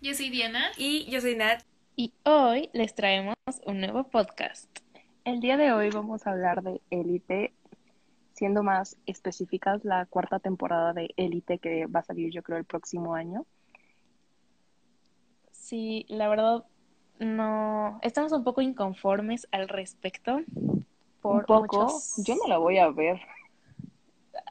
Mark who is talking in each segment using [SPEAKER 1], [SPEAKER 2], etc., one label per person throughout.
[SPEAKER 1] Yo soy Diana.
[SPEAKER 2] Y yo soy Nat.
[SPEAKER 3] Y hoy les traemos un nuevo podcast.
[SPEAKER 4] El día de hoy vamos a hablar de Élite, siendo más específicas la cuarta temporada de Élite que va a salir yo creo el próximo año.
[SPEAKER 3] Sí, la verdad, no. Estamos un poco inconformes al respecto.
[SPEAKER 4] Por Un poco, yo no la voy a ver.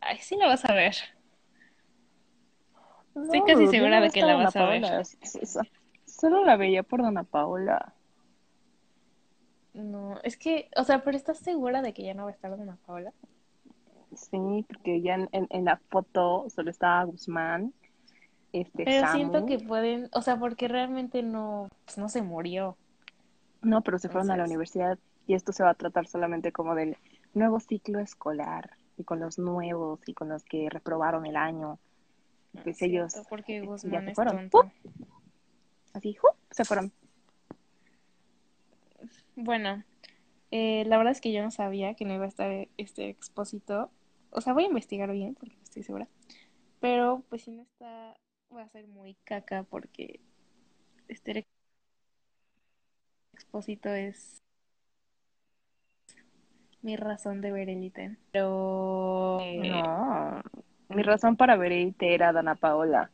[SPEAKER 3] Ay, sí la vas a ver. Estoy
[SPEAKER 4] No,
[SPEAKER 3] casi
[SPEAKER 4] yo
[SPEAKER 3] segura
[SPEAKER 4] no
[SPEAKER 3] de que
[SPEAKER 4] estaba
[SPEAKER 3] la vas a
[SPEAKER 4] Dana
[SPEAKER 3] ver.
[SPEAKER 4] Paola, s- s- Solo la veía por Dana Paola.
[SPEAKER 3] No, es que, o sea, pero ¿estás segura de que ya no va a estar Dana Paola?
[SPEAKER 4] Sí, porque ya en, en- en la foto solo estaba Guzmán. Este,
[SPEAKER 3] Pero
[SPEAKER 4] Samu.
[SPEAKER 3] siento que pueden, o sea, porque realmente no, pues no se murió.
[SPEAKER 4] No, pero se fueron a la
[SPEAKER 3] Entonces-
[SPEAKER 4] universidad y esto se va a tratar solamente como del nuevo ciclo escolar y con los nuevos y con los que reprobaron el año.
[SPEAKER 3] No,
[SPEAKER 4] Pues
[SPEAKER 3] es cierto,
[SPEAKER 4] ellos
[SPEAKER 3] porque
[SPEAKER 4] ya
[SPEAKER 3] Guzmán
[SPEAKER 4] se
[SPEAKER 3] es
[SPEAKER 4] fueron.
[SPEAKER 3] tonto.
[SPEAKER 4] Así, ¡jup! se fueron.
[SPEAKER 3] Bueno, eh, la verdad es que yo no sabía que no iba a estar este expósito. O sea, voy a investigar bien porque no estoy segura. Pero pues si no está, voy a ser muy caca porque este expósito es mi razón de ver élite. Pero
[SPEAKER 4] No. Mi razón para ver IT era Dana Paola.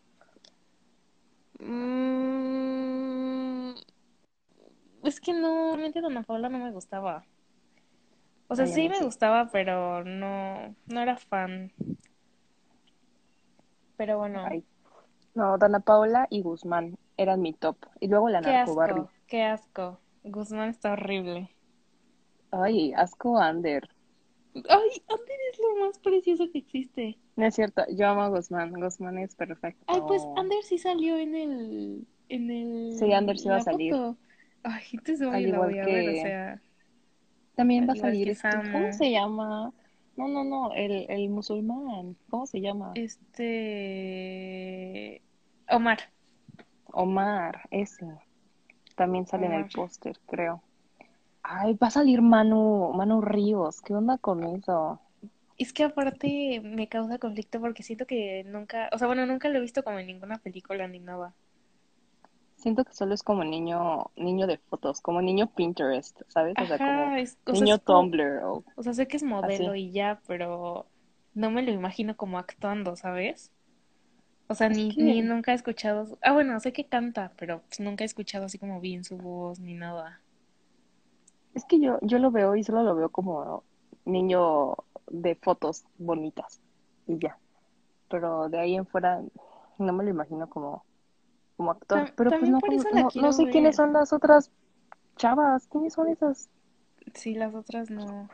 [SPEAKER 3] Mm, es que no, realmente Dona Paula no me gustaba. O sea,
[SPEAKER 4] Ay, a
[SPEAKER 3] sí
[SPEAKER 4] mí
[SPEAKER 3] me
[SPEAKER 4] sí.
[SPEAKER 3] gustaba, pero no, no era fan. Pero bueno,
[SPEAKER 4] Ay. No, Dana Paola y Guzmán eran mi top. Y luego la
[SPEAKER 3] qué
[SPEAKER 4] narco
[SPEAKER 3] asco,
[SPEAKER 4] Barbie.
[SPEAKER 3] qué asco. Guzmán está horrible.
[SPEAKER 4] Ay, asco Ander.
[SPEAKER 3] Ay, Ander es lo más precioso que existe.
[SPEAKER 4] No es cierto, yo amo a Guzmán. Guzmán es perfecto.
[SPEAKER 3] Ay, pues Ander sí salió en el, en el,
[SPEAKER 4] Sí, Ander sí va a
[SPEAKER 3] la
[SPEAKER 4] salir.
[SPEAKER 3] foto. Ay, entonces voy
[SPEAKER 4] Al
[SPEAKER 3] y la
[SPEAKER 4] igual
[SPEAKER 3] voy a ver, o
[SPEAKER 4] que-
[SPEAKER 3] sea,
[SPEAKER 4] También
[SPEAKER 3] al
[SPEAKER 4] va a
[SPEAKER 3] igual
[SPEAKER 4] salir
[SPEAKER 3] que
[SPEAKER 4] este.
[SPEAKER 3] Samu.
[SPEAKER 4] ¿Cómo se llama? No, no, no, el, el musulmán. ¿Cómo se llama?
[SPEAKER 3] este, Omar.
[SPEAKER 4] Omar, ese. También sale en el
[SPEAKER 3] Omar.
[SPEAKER 4] póster, creo. Ay, va a salir Manu, Manu Ríos. ¿Qué onda con eso?
[SPEAKER 3] Es que aparte me causa conflicto porque siento que nunca, o sea, bueno, nunca lo he visto como en ninguna película ni nada.
[SPEAKER 4] Siento que solo es como niño, niño de fotos, como niño Pinterest, ¿sabes? O sea, como
[SPEAKER 3] Ajá, es, o sea,
[SPEAKER 4] niño
[SPEAKER 3] es como-
[SPEAKER 4] Tumblr o
[SPEAKER 3] o sea, sé que es modelo y ya, pero no me lo imagino como actuando, ¿sabes? O sea, ni,
[SPEAKER 4] que-
[SPEAKER 3] ni nunca he escuchado, su- ah, bueno, sé que canta, pero pues, nunca he escuchado así como bien su voz ni nada.
[SPEAKER 4] Es que yo, yo lo veo y solo lo veo como niño de fotos bonitas y ya. Pero de ahí en fuera no me lo imagino como, como actor.
[SPEAKER 3] Ta-
[SPEAKER 4] Pero pues
[SPEAKER 3] también
[SPEAKER 4] no,
[SPEAKER 3] por
[SPEAKER 4] con-
[SPEAKER 3] eso la
[SPEAKER 4] no- no
[SPEAKER 3] quiero
[SPEAKER 4] sé quiénes
[SPEAKER 3] ver.
[SPEAKER 4] son las otras chavas, quiénes son esas.
[SPEAKER 3] Sí, las otras no,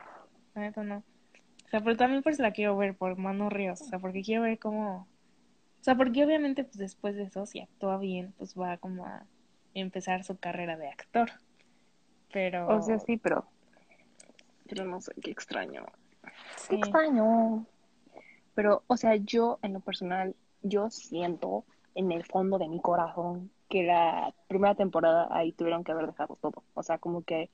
[SPEAKER 3] la neta no. O sea, pero también pues la quiero ver por Manu Ríos, o sea, porque quiero ver cómo, o sea, porque obviamente pues después de eso, si actúa bien, pues va como a empezar su carrera de actor. Pero
[SPEAKER 4] O sea, sí, pero, pero no sé, qué extraño.
[SPEAKER 3] sí,
[SPEAKER 4] Qué extraño. Pero, o sea, yo en lo personal, yo siento en el fondo de mi corazón que la primera temporada ahí tuvieron que haber dejado todo. O sea, como que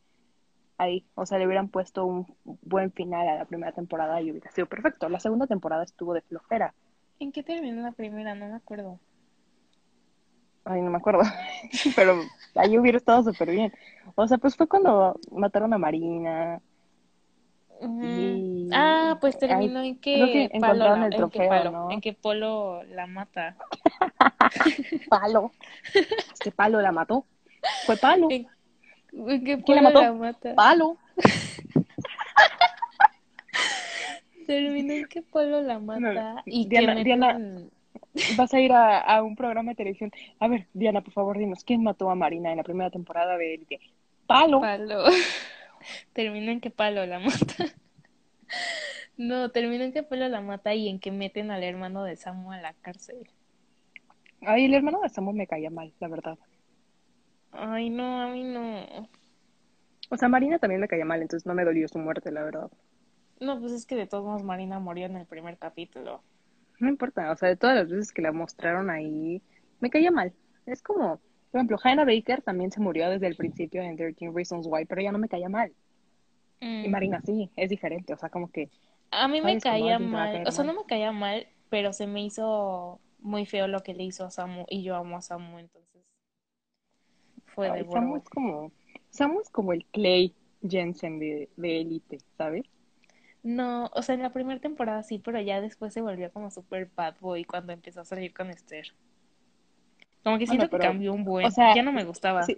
[SPEAKER 4] ahí, o sea, le hubieran puesto un buen final a la primera temporada y hubiera sido perfecto. La segunda temporada estuvo de flojera.
[SPEAKER 3] ¿En qué terminó la primera? No me acuerdo.
[SPEAKER 4] Ay, no me acuerdo. Pero ahí hubiera estado súper bien. O sea, pues fue cuando mataron a Marina. Y...
[SPEAKER 3] Ah, pues
[SPEAKER 4] Ay,
[SPEAKER 3] terminó en que
[SPEAKER 4] creo que
[SPEAKER 3] Palo
[SPEAKER 4] encontraron
[SPEAKER 3] la-
[SPEAKER 4] el
[SPEAKER 3] en que
[SPEAKER 4] trofeo,
[SPEAKER 3] Palo-
[SPEAKER 4] ¿no?
[SPEAKER 3] en que Polo la mata.
[SPEAKER 4] Palo. Este palo la mató. Fue palo.
[SPEAKER 3] En, en que
[SPEAKER 4] ¿Quién la
[SPEAKER 3] Polo
[SPEAKER 4] mató?
[SPEAKER 3] la mata.
[SPEAKER 4] Palo.
[SPEAKER 3] Terminó en que Polo la mata y que
[SPEAKER 4] Diana- Diana-
[SPEAKER 3] meten-
[SPEAKER 4] Vas a ir a, a un programa de televisión. A ver, Diana, por favor, dinos, ¿quién mató a Marina en la primera temporada de Élite? Palo.
[SPEAKER 3] Palo. Termina en que Palo la mata. No, termina en que Palo la mata y en que meten al hermano de Samu a la cárcel.
[SPEAKER 4] Ay, el hermano de Samu me caía mal, la verdad.
[SPEAKER 3] Ay, no, a mí no.
[SPEAKER 4] O sea, Marina también me caía mal, entonces no me dolió su muerte, la verdad.
[SPEAKER 3] No, pues es que de todos modos Marina murió en el primer capítulo.
[SPEAKER 4] No importa, o sea, de todas las veces que la mostraron ahí, me caía mal. Es como, por ejemplo, Hannah Baker también se murió desde el principio en 13 Reasons Why, pero ya no me caía mal. Y
[SPEAKER 3] Mm.
[SPEAKER 4] Marina sí, es diferente, o sea, como que
[SPEAKER 3] A mí me
[SPEAKER 4] ¿Sabes cómo
[SPEAKER 3] caía
[SPEAKER 4] alguien te va a
[SPEAKER 3] mal,
[SPEAKER 4] caer
[SPEAKER 3] o sea, no
[SPEAKER 4] mal?
[SPEAKER 3] me caía mal, pero se me hizo muy feo lo que le hizo a Samu y yo amo a Samu, entonces fue de
[SPEAKER 4] Ay, Samu
[SPEAKER 3] Borbón.
[SPEAKER 4] es como, Samu es como el Clay Jensen de, de Elite, ¿sabes?
[SPEAKER 3] No, o sea, en la primera temporada sí, pero ya después se volvió como super bad boy cuando empezó a salir con Esther. Como que
[SPEAKER 4] Bueno,
[SPEAKER 3] siento que
[SPEAKER 4] pero,
[SPEAKER 3] cambió un buen.
[SPEAKER 4] o sea,
[SPEAKER 3] ya no me gustaba.
[SPEAKER 4] Si,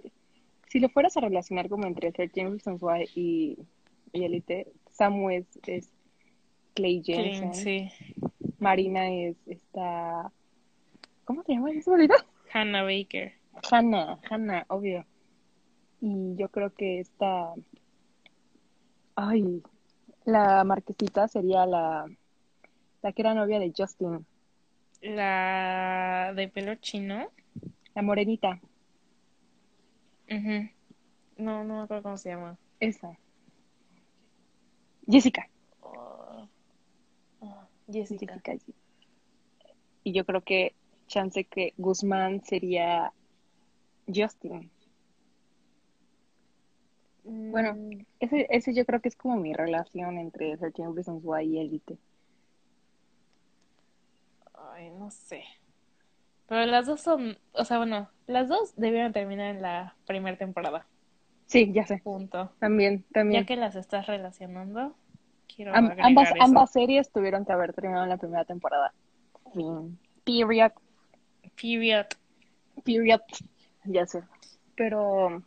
[SPEAKER 4] si lo fueras a relacionar como entre 13 Reasons Why y, y Elite, Samu es, es Clay
[SPEAKER 3] Clean,
[SPEAKER 4] Jensen,
[SPEAKER 3] sí.
[SPEAKER 4] Marina es esta, ¿cómo se llama? ¿Ya se me olvidó?
[SPEAKER 3] Hannah Baker.
[SPEAKER 4] Hannah, Hannah, obvio. Y yo creo que esta, ay, la marquesita sería la, la que era novia de Justin,
[SPEAKER 3] La de pelo chino.
[SPEAKER 4] la morenita,
[SPEAKER 3] Ujú. No, no me acuerdo cómo se llama.
[SPEAKER 4] esa, Jessica,
[SPEAKER 3] Oh, ah, Jessica.
[SPEAKER 4] Jessica. sí. Y yo creo que chance que Guzmán sería Justin. Bueno,
[SPEAKER 3] Mm,
[SPEAKER 4] ese, ese yo creo que es como mi relación entre Searching Reasons Why y Elite.
[SPEAKER 3] ay, no sé. Pero las dos son, o sea, bueno, las dos debieron terminar en la primera temporada.
[SPEAKER 4] Sí, ya sé.
[SPEAKER 3] Punto.
[SPEAKER 4] También,
[SPEAKER 3] Ya
[SPEAKER 4] también.
[SPEAKER 3] que las estás relacionando, quiero
[SPEAKER 4] Am- ambas,
[SPEAKER 3] agregar eso.
[SPEAKER 4] ambas series tuvieron que haber terminado en la primera temporada. Fin. Period.
[SPEAKER 3] Period.
[SPEAKER 4] Period. Ya sé. Pero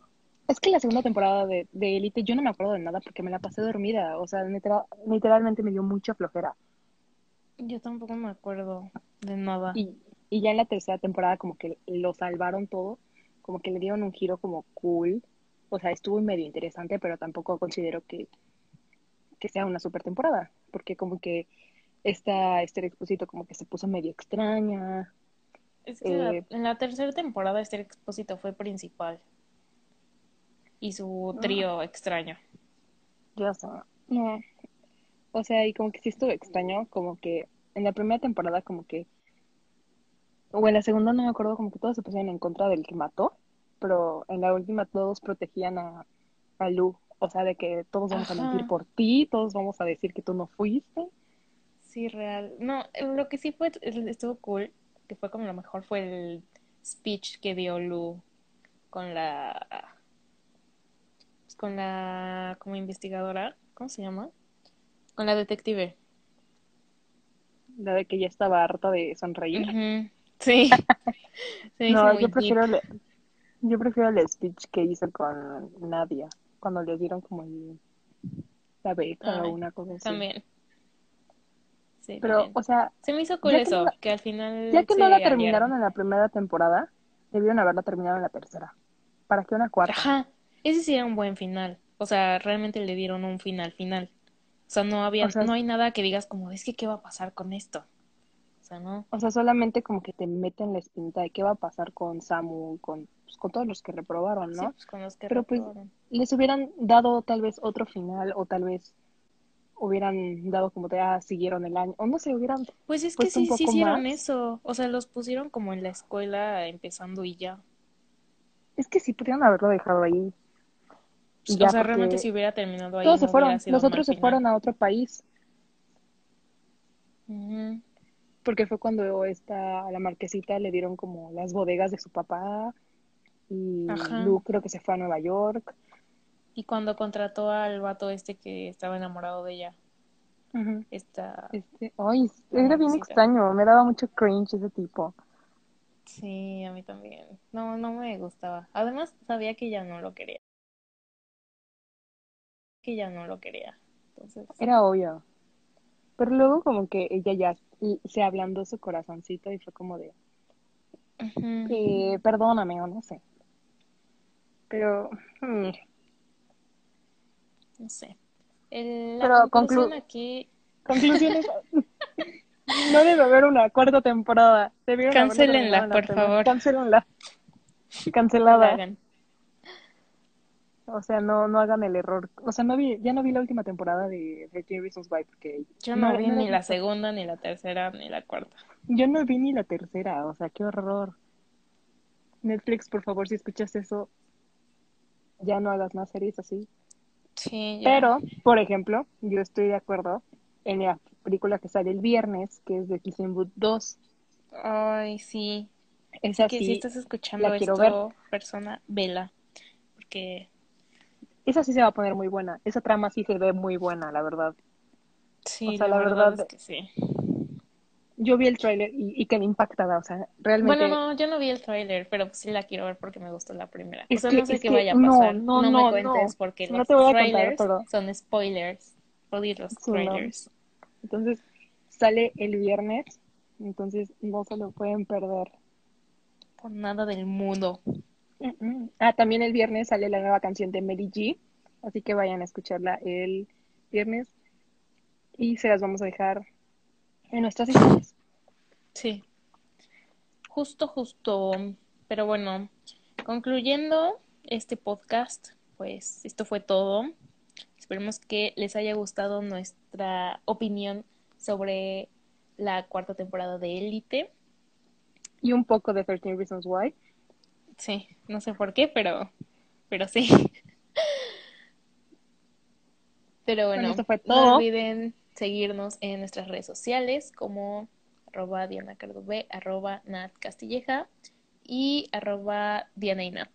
[SPEAKER 4] es que la segunda temporada de, de Elite yo no me acuerdo de nada porque me la pasé dormida. O sea, literal- literalmente me dio mucha flojera.
[SPEAKER 3] Yo tampoco me acuerdo de nada.
[SPEAKER 4] Y, y ya en la tercera temporada como que lo salvaron todo, como que le dieron un giro como cool. O sea, estuvo medio interesante, pero tampoco considero que, que sea una super temporada, porque como que esta Esther Expósito como que se puso medio extraña.
[SPEAKER 3] Es que la-
[SPEAKER 4] Eh,
[SPEAKER 3] en la tercera temporada este expósito fue principal y su
[SPEAKER 4] no,
[SPEAKER 3] trío extraño.
[SPEAKER 4] ya sé, no. O sea, y como que sí estuvo extraño, como que en la primera temporada como que, o en la segunda no me acuerdo, como que todos se pusieron en contra del que mató, pero en la última todos protegían a, a Lu. O sea, de que todos vamos a mentir
[SPEAKER 3] Ajá,
[SPEAKER 4] por ti, todos vamos a decir que tú no fuiste.
[SPEAKER 3] sí, real. No, eh, lo que sí fue, estuvo cool, que fue como lo mejor, fue el speech que dio Lu con la, pues, con la, como investigadora, ¿cómo se llama? Con la detective.
[SPEAKER 4] La de que ya estaba harta de sonreír.
[SPEAKER 3] Ujú, Sí, se me hizo
[SPEAKER 4] No, yo
[SPEAKER 3] muy deep.
[SPEAKER 4] prefiero le- Yo prefiero el speech que hizo con Nadia, cuando le dieron como el- la beca o
[SPEAKER 3] Ay,
[SPEAKER 4] una cosa así.
[SPEAKER 3] también, sí,
[SPEAKER 4] Pero,
[SPEAKER 3] también.
[SPEAKER 4] o sea,
[SPEAKER 3] Se me hizo cool
[SPEAKER 4] ya que no
[SPEAKER 3] eso,
[SPEAKER 4] la,
[SPEAKER 3] que al
[SPEAKER 4] ya
[SPEAKER 3] final
[SPEAKER 4] que no la
[SPEAKER 3] se
[SPEAKER 4] terminaron
[SPEAKER 3] aliaron.
[SPEAKER 4] en la primera temporada, debieron haberla terminado en la tercera. ¿Para qué una cuarta?
[SPEAKER 3] Ajá, ese sí era un buen final. O sea, realmente le dieron un final final. O sea, no
[SPEAKER 4] O
[SPEAKER 3] había,
[SPEAKER 4] sea,
[SPEAKER 3] no hay nada que digas como, es que qué va a pasar con esto. O sea, no.
[SPEAKER 4] o sea, solamente como que te meten la espinita de qué va a pasar con Samu, con, pues, con todos los que reprobaron,
[SPEAKER 3] Sí,
[SPEAKER 4] ¿no?
[SPEAKER 3] pues con los que
[SPEAKER 4] Pero pues
[SPEAKER 3] reprobaron.
[SPEAKER 4] les hubieran dado tal vez otro final o tal vez hubieran dado como te ah, siguieron el año, o no sé, hubieran
[SPEAKER 3] Pues es que
[SPEAKER 4] puesto un
[SPEAKER 3] sí, sí
[SPEAKER 4] poco
[SPEAKER 3] hicieron
[SPEAKER 4] más.
[SPEAKER 3] eso. O sea, los pusieron como en la escuela empezando y ya.
[SPEAKER 4] Es que sí pudieron haberlo dejado ahí y
[SPEAKER 3] O
[SPEAKER 4] ya,
[SPEAKER 3] sea, realmente
[SPEAKER 4] porque
[SPEAKER 3] si hubiera terminado ahí
[SPEAKER 4] todos se
[SPEAKER 3] no hubiera
[SPEAKER 4] fueron,
[SPEAKER 3] sido
[SPEAKER 4] los
[SPEAKER 3] un mal
[SPEAKER 4] otros se
[SPEAKER 3] final.
[SPEAKER 4] fueron a otro país,
[SPEAKER 3] Ujú.
[SPEAKER 4] porque fue cuando esta, a la marquesita le dieron como las bodegas de su papá y
[SPEAKER 3] Ajá.
[SPEAKER 4] Lu creo que se fue a Nueva York.
[SPEAKER 3] Y cuando contrató al vato este que estaba enamorado de ella,
[SPEAKER 4] Ujú.
[SPEAKER 3] esta,
[SPEAKER 4] Este, ay,
[SPEAKER 3] la
[SPEAKER 4] era bien
[SPEAKER 3] marquesita.
[SPEAKER 4] extraño, me daba mucho cringe ese tipo.
[SPEAKER 3] Sí, a mí también. No, no me gustaba. Además, sabía que ya no lo quería. que ya no lo quería. Entonces,
[SPEAKER 4] Era obvio. Pero luego como que ella ya y se ablandó su corazoncito y fue como de,
[SPEAKER 3] ujú.
[SPEAKER 4] eh, perdóname o no sé. Pero, mm,
[SPEAKER 3] no sé. El- la
[SPEAKER 4] pero
[SPEAKER 3] conclusión
[SPEAKER 4] conclu
[SPEAKER 3] aquí,
[SPEAKER 4] conclusiones, no debe haber una cuarta temporada. Debieron haberla terminado
[SPEAKER 3] cancélenla,
[SPEAKER 4] en la
[SPEAKER 3] por
[SPEAKER 4] primera.
[SPEAKER 3] favor.
[SPEAKER 4] Cancélenla.
[SPEAKER 3] No la
[SPEAKER 4] Cancelada.
[SPEAKER 3] hagan.
[SPEAKER 4] O sea, no, no hagan el error. O sea, no vi, ya no vi la última temporada de 13 Reasons Why porque
[SPEAKER 3] Yo
[SPEAKER 4] no,
[SPEAKER 3] no
[SPEAKER 4] la-
[SPEAKER 3] vi
[SPEAKER 4] no la he
[SPEAKER 3] ni la
[SPEAKER 4] visto.
[SPEAKER 3] segunda, ni la tercera, ni la cuarta.
[SPEAKER 4] Yo no vi ni la tercera. O sea, qué horror. Netflix, por favor, si escuchas eso, ya no hagas más series así.
[SPEAKER 3] Sí, ya.
[SPEAKER 4] Pero, por ejemplo, yo estoy de acuerdo en la película que sale el viernes, que es de Kissing Booth 2.
[SPEAKER 3] Ay, sí.
[SPEAKER 4] Esa
[SPEAKER 3] Así que si
[SPEAKER 4] sí
[SPEAKER 3] estás
[SPEAKER 4] la
[SPEAKER 3] escuchando
[SPEAKER 4] quiero ver.
[SPEAKER 3] esto, persona, vela. que
[SPEAKER 4] Esa sí se va a poner muy buena. Esa trama sí se ve muy buena, la verdad.
[SPEAKER 3] sí,
[SPEAKER 4] O sea,
[SPEAKER 3] la,
[SPEAKER 4] la
[SPEAKER 3] verdad, es
[SPEAKER 4] verdad-
[SPEAKER 3] que sí.
[SPEAKER 4] Yo vi el tráiler y, y quedé impactada, o sea, realmente...
[SPEAKER 3] Bueno, no, yo no vi el tráiler, pero pues sí la quiero ver porque me gustó la primera.
[SPEAKER 4] Es
[SPEAKER 3] o sea,
[SPEAKER 4] que-
[SPEAKER 3] no sé
[SPEAKER 4] es
[SPEAKER 3] qué
[SPEAKER 4] que
[SPEAKER 3] vaya a
[SPEAKER 4] no,
[SPEAKER 3] pasar.
[SPEAKER 4] no,
[SPEAKER 3] me
[SPEAKER 4] no,
[SPEAKER 3] cuentes
[SPEAKER 4] no.
[SPEAKER 3] porque
[SPEAKER 4] No
[SPEAKER 3] los
[SPEAKER 4] te voy a contar,
[SPEAKER 3] trailers
[SPEAKER 4] pero-
[SPEAKER 3] son spoilers. Odio los
[SPEAKER 4] Sí, no.
[SPEAKER 3] trailers.
[SPEAKER 4] Entonces, sale el viernes, entonces no se lo pueden perder.
[SPEAKER 3] Por nada del mundo.
[SPEAKER 4] Mm, mm. Ah, también el viernes sale la nueva canción de Mary G, así que vayan a escucharla el viernes y se las vamos a dejar en nuestras historias.
[SPEAKER 3] Sí. Justo, justo. Pero bueno, concluyendo este podcast, pues esto fue todo. Esperemos que les haya gustado nuestra opinión sobre la cuarta temporada de Élite.
[SPEAKER 4] Y un poco de 13 Reasons Why.
[SPEAKER 3] Sí, no sé por qué, pero, pero sí. Pero bueno,
[SPEAKER 4] Bueno, eso fue
[SPEAKER 3] no
[SPEAKER 4] todo.
[SPEAKER 3] olviden seguirnos en nuestras redes sociales como arroba Diana Cardo B, arroba Nat Castilleja y arroba Diana y Nat.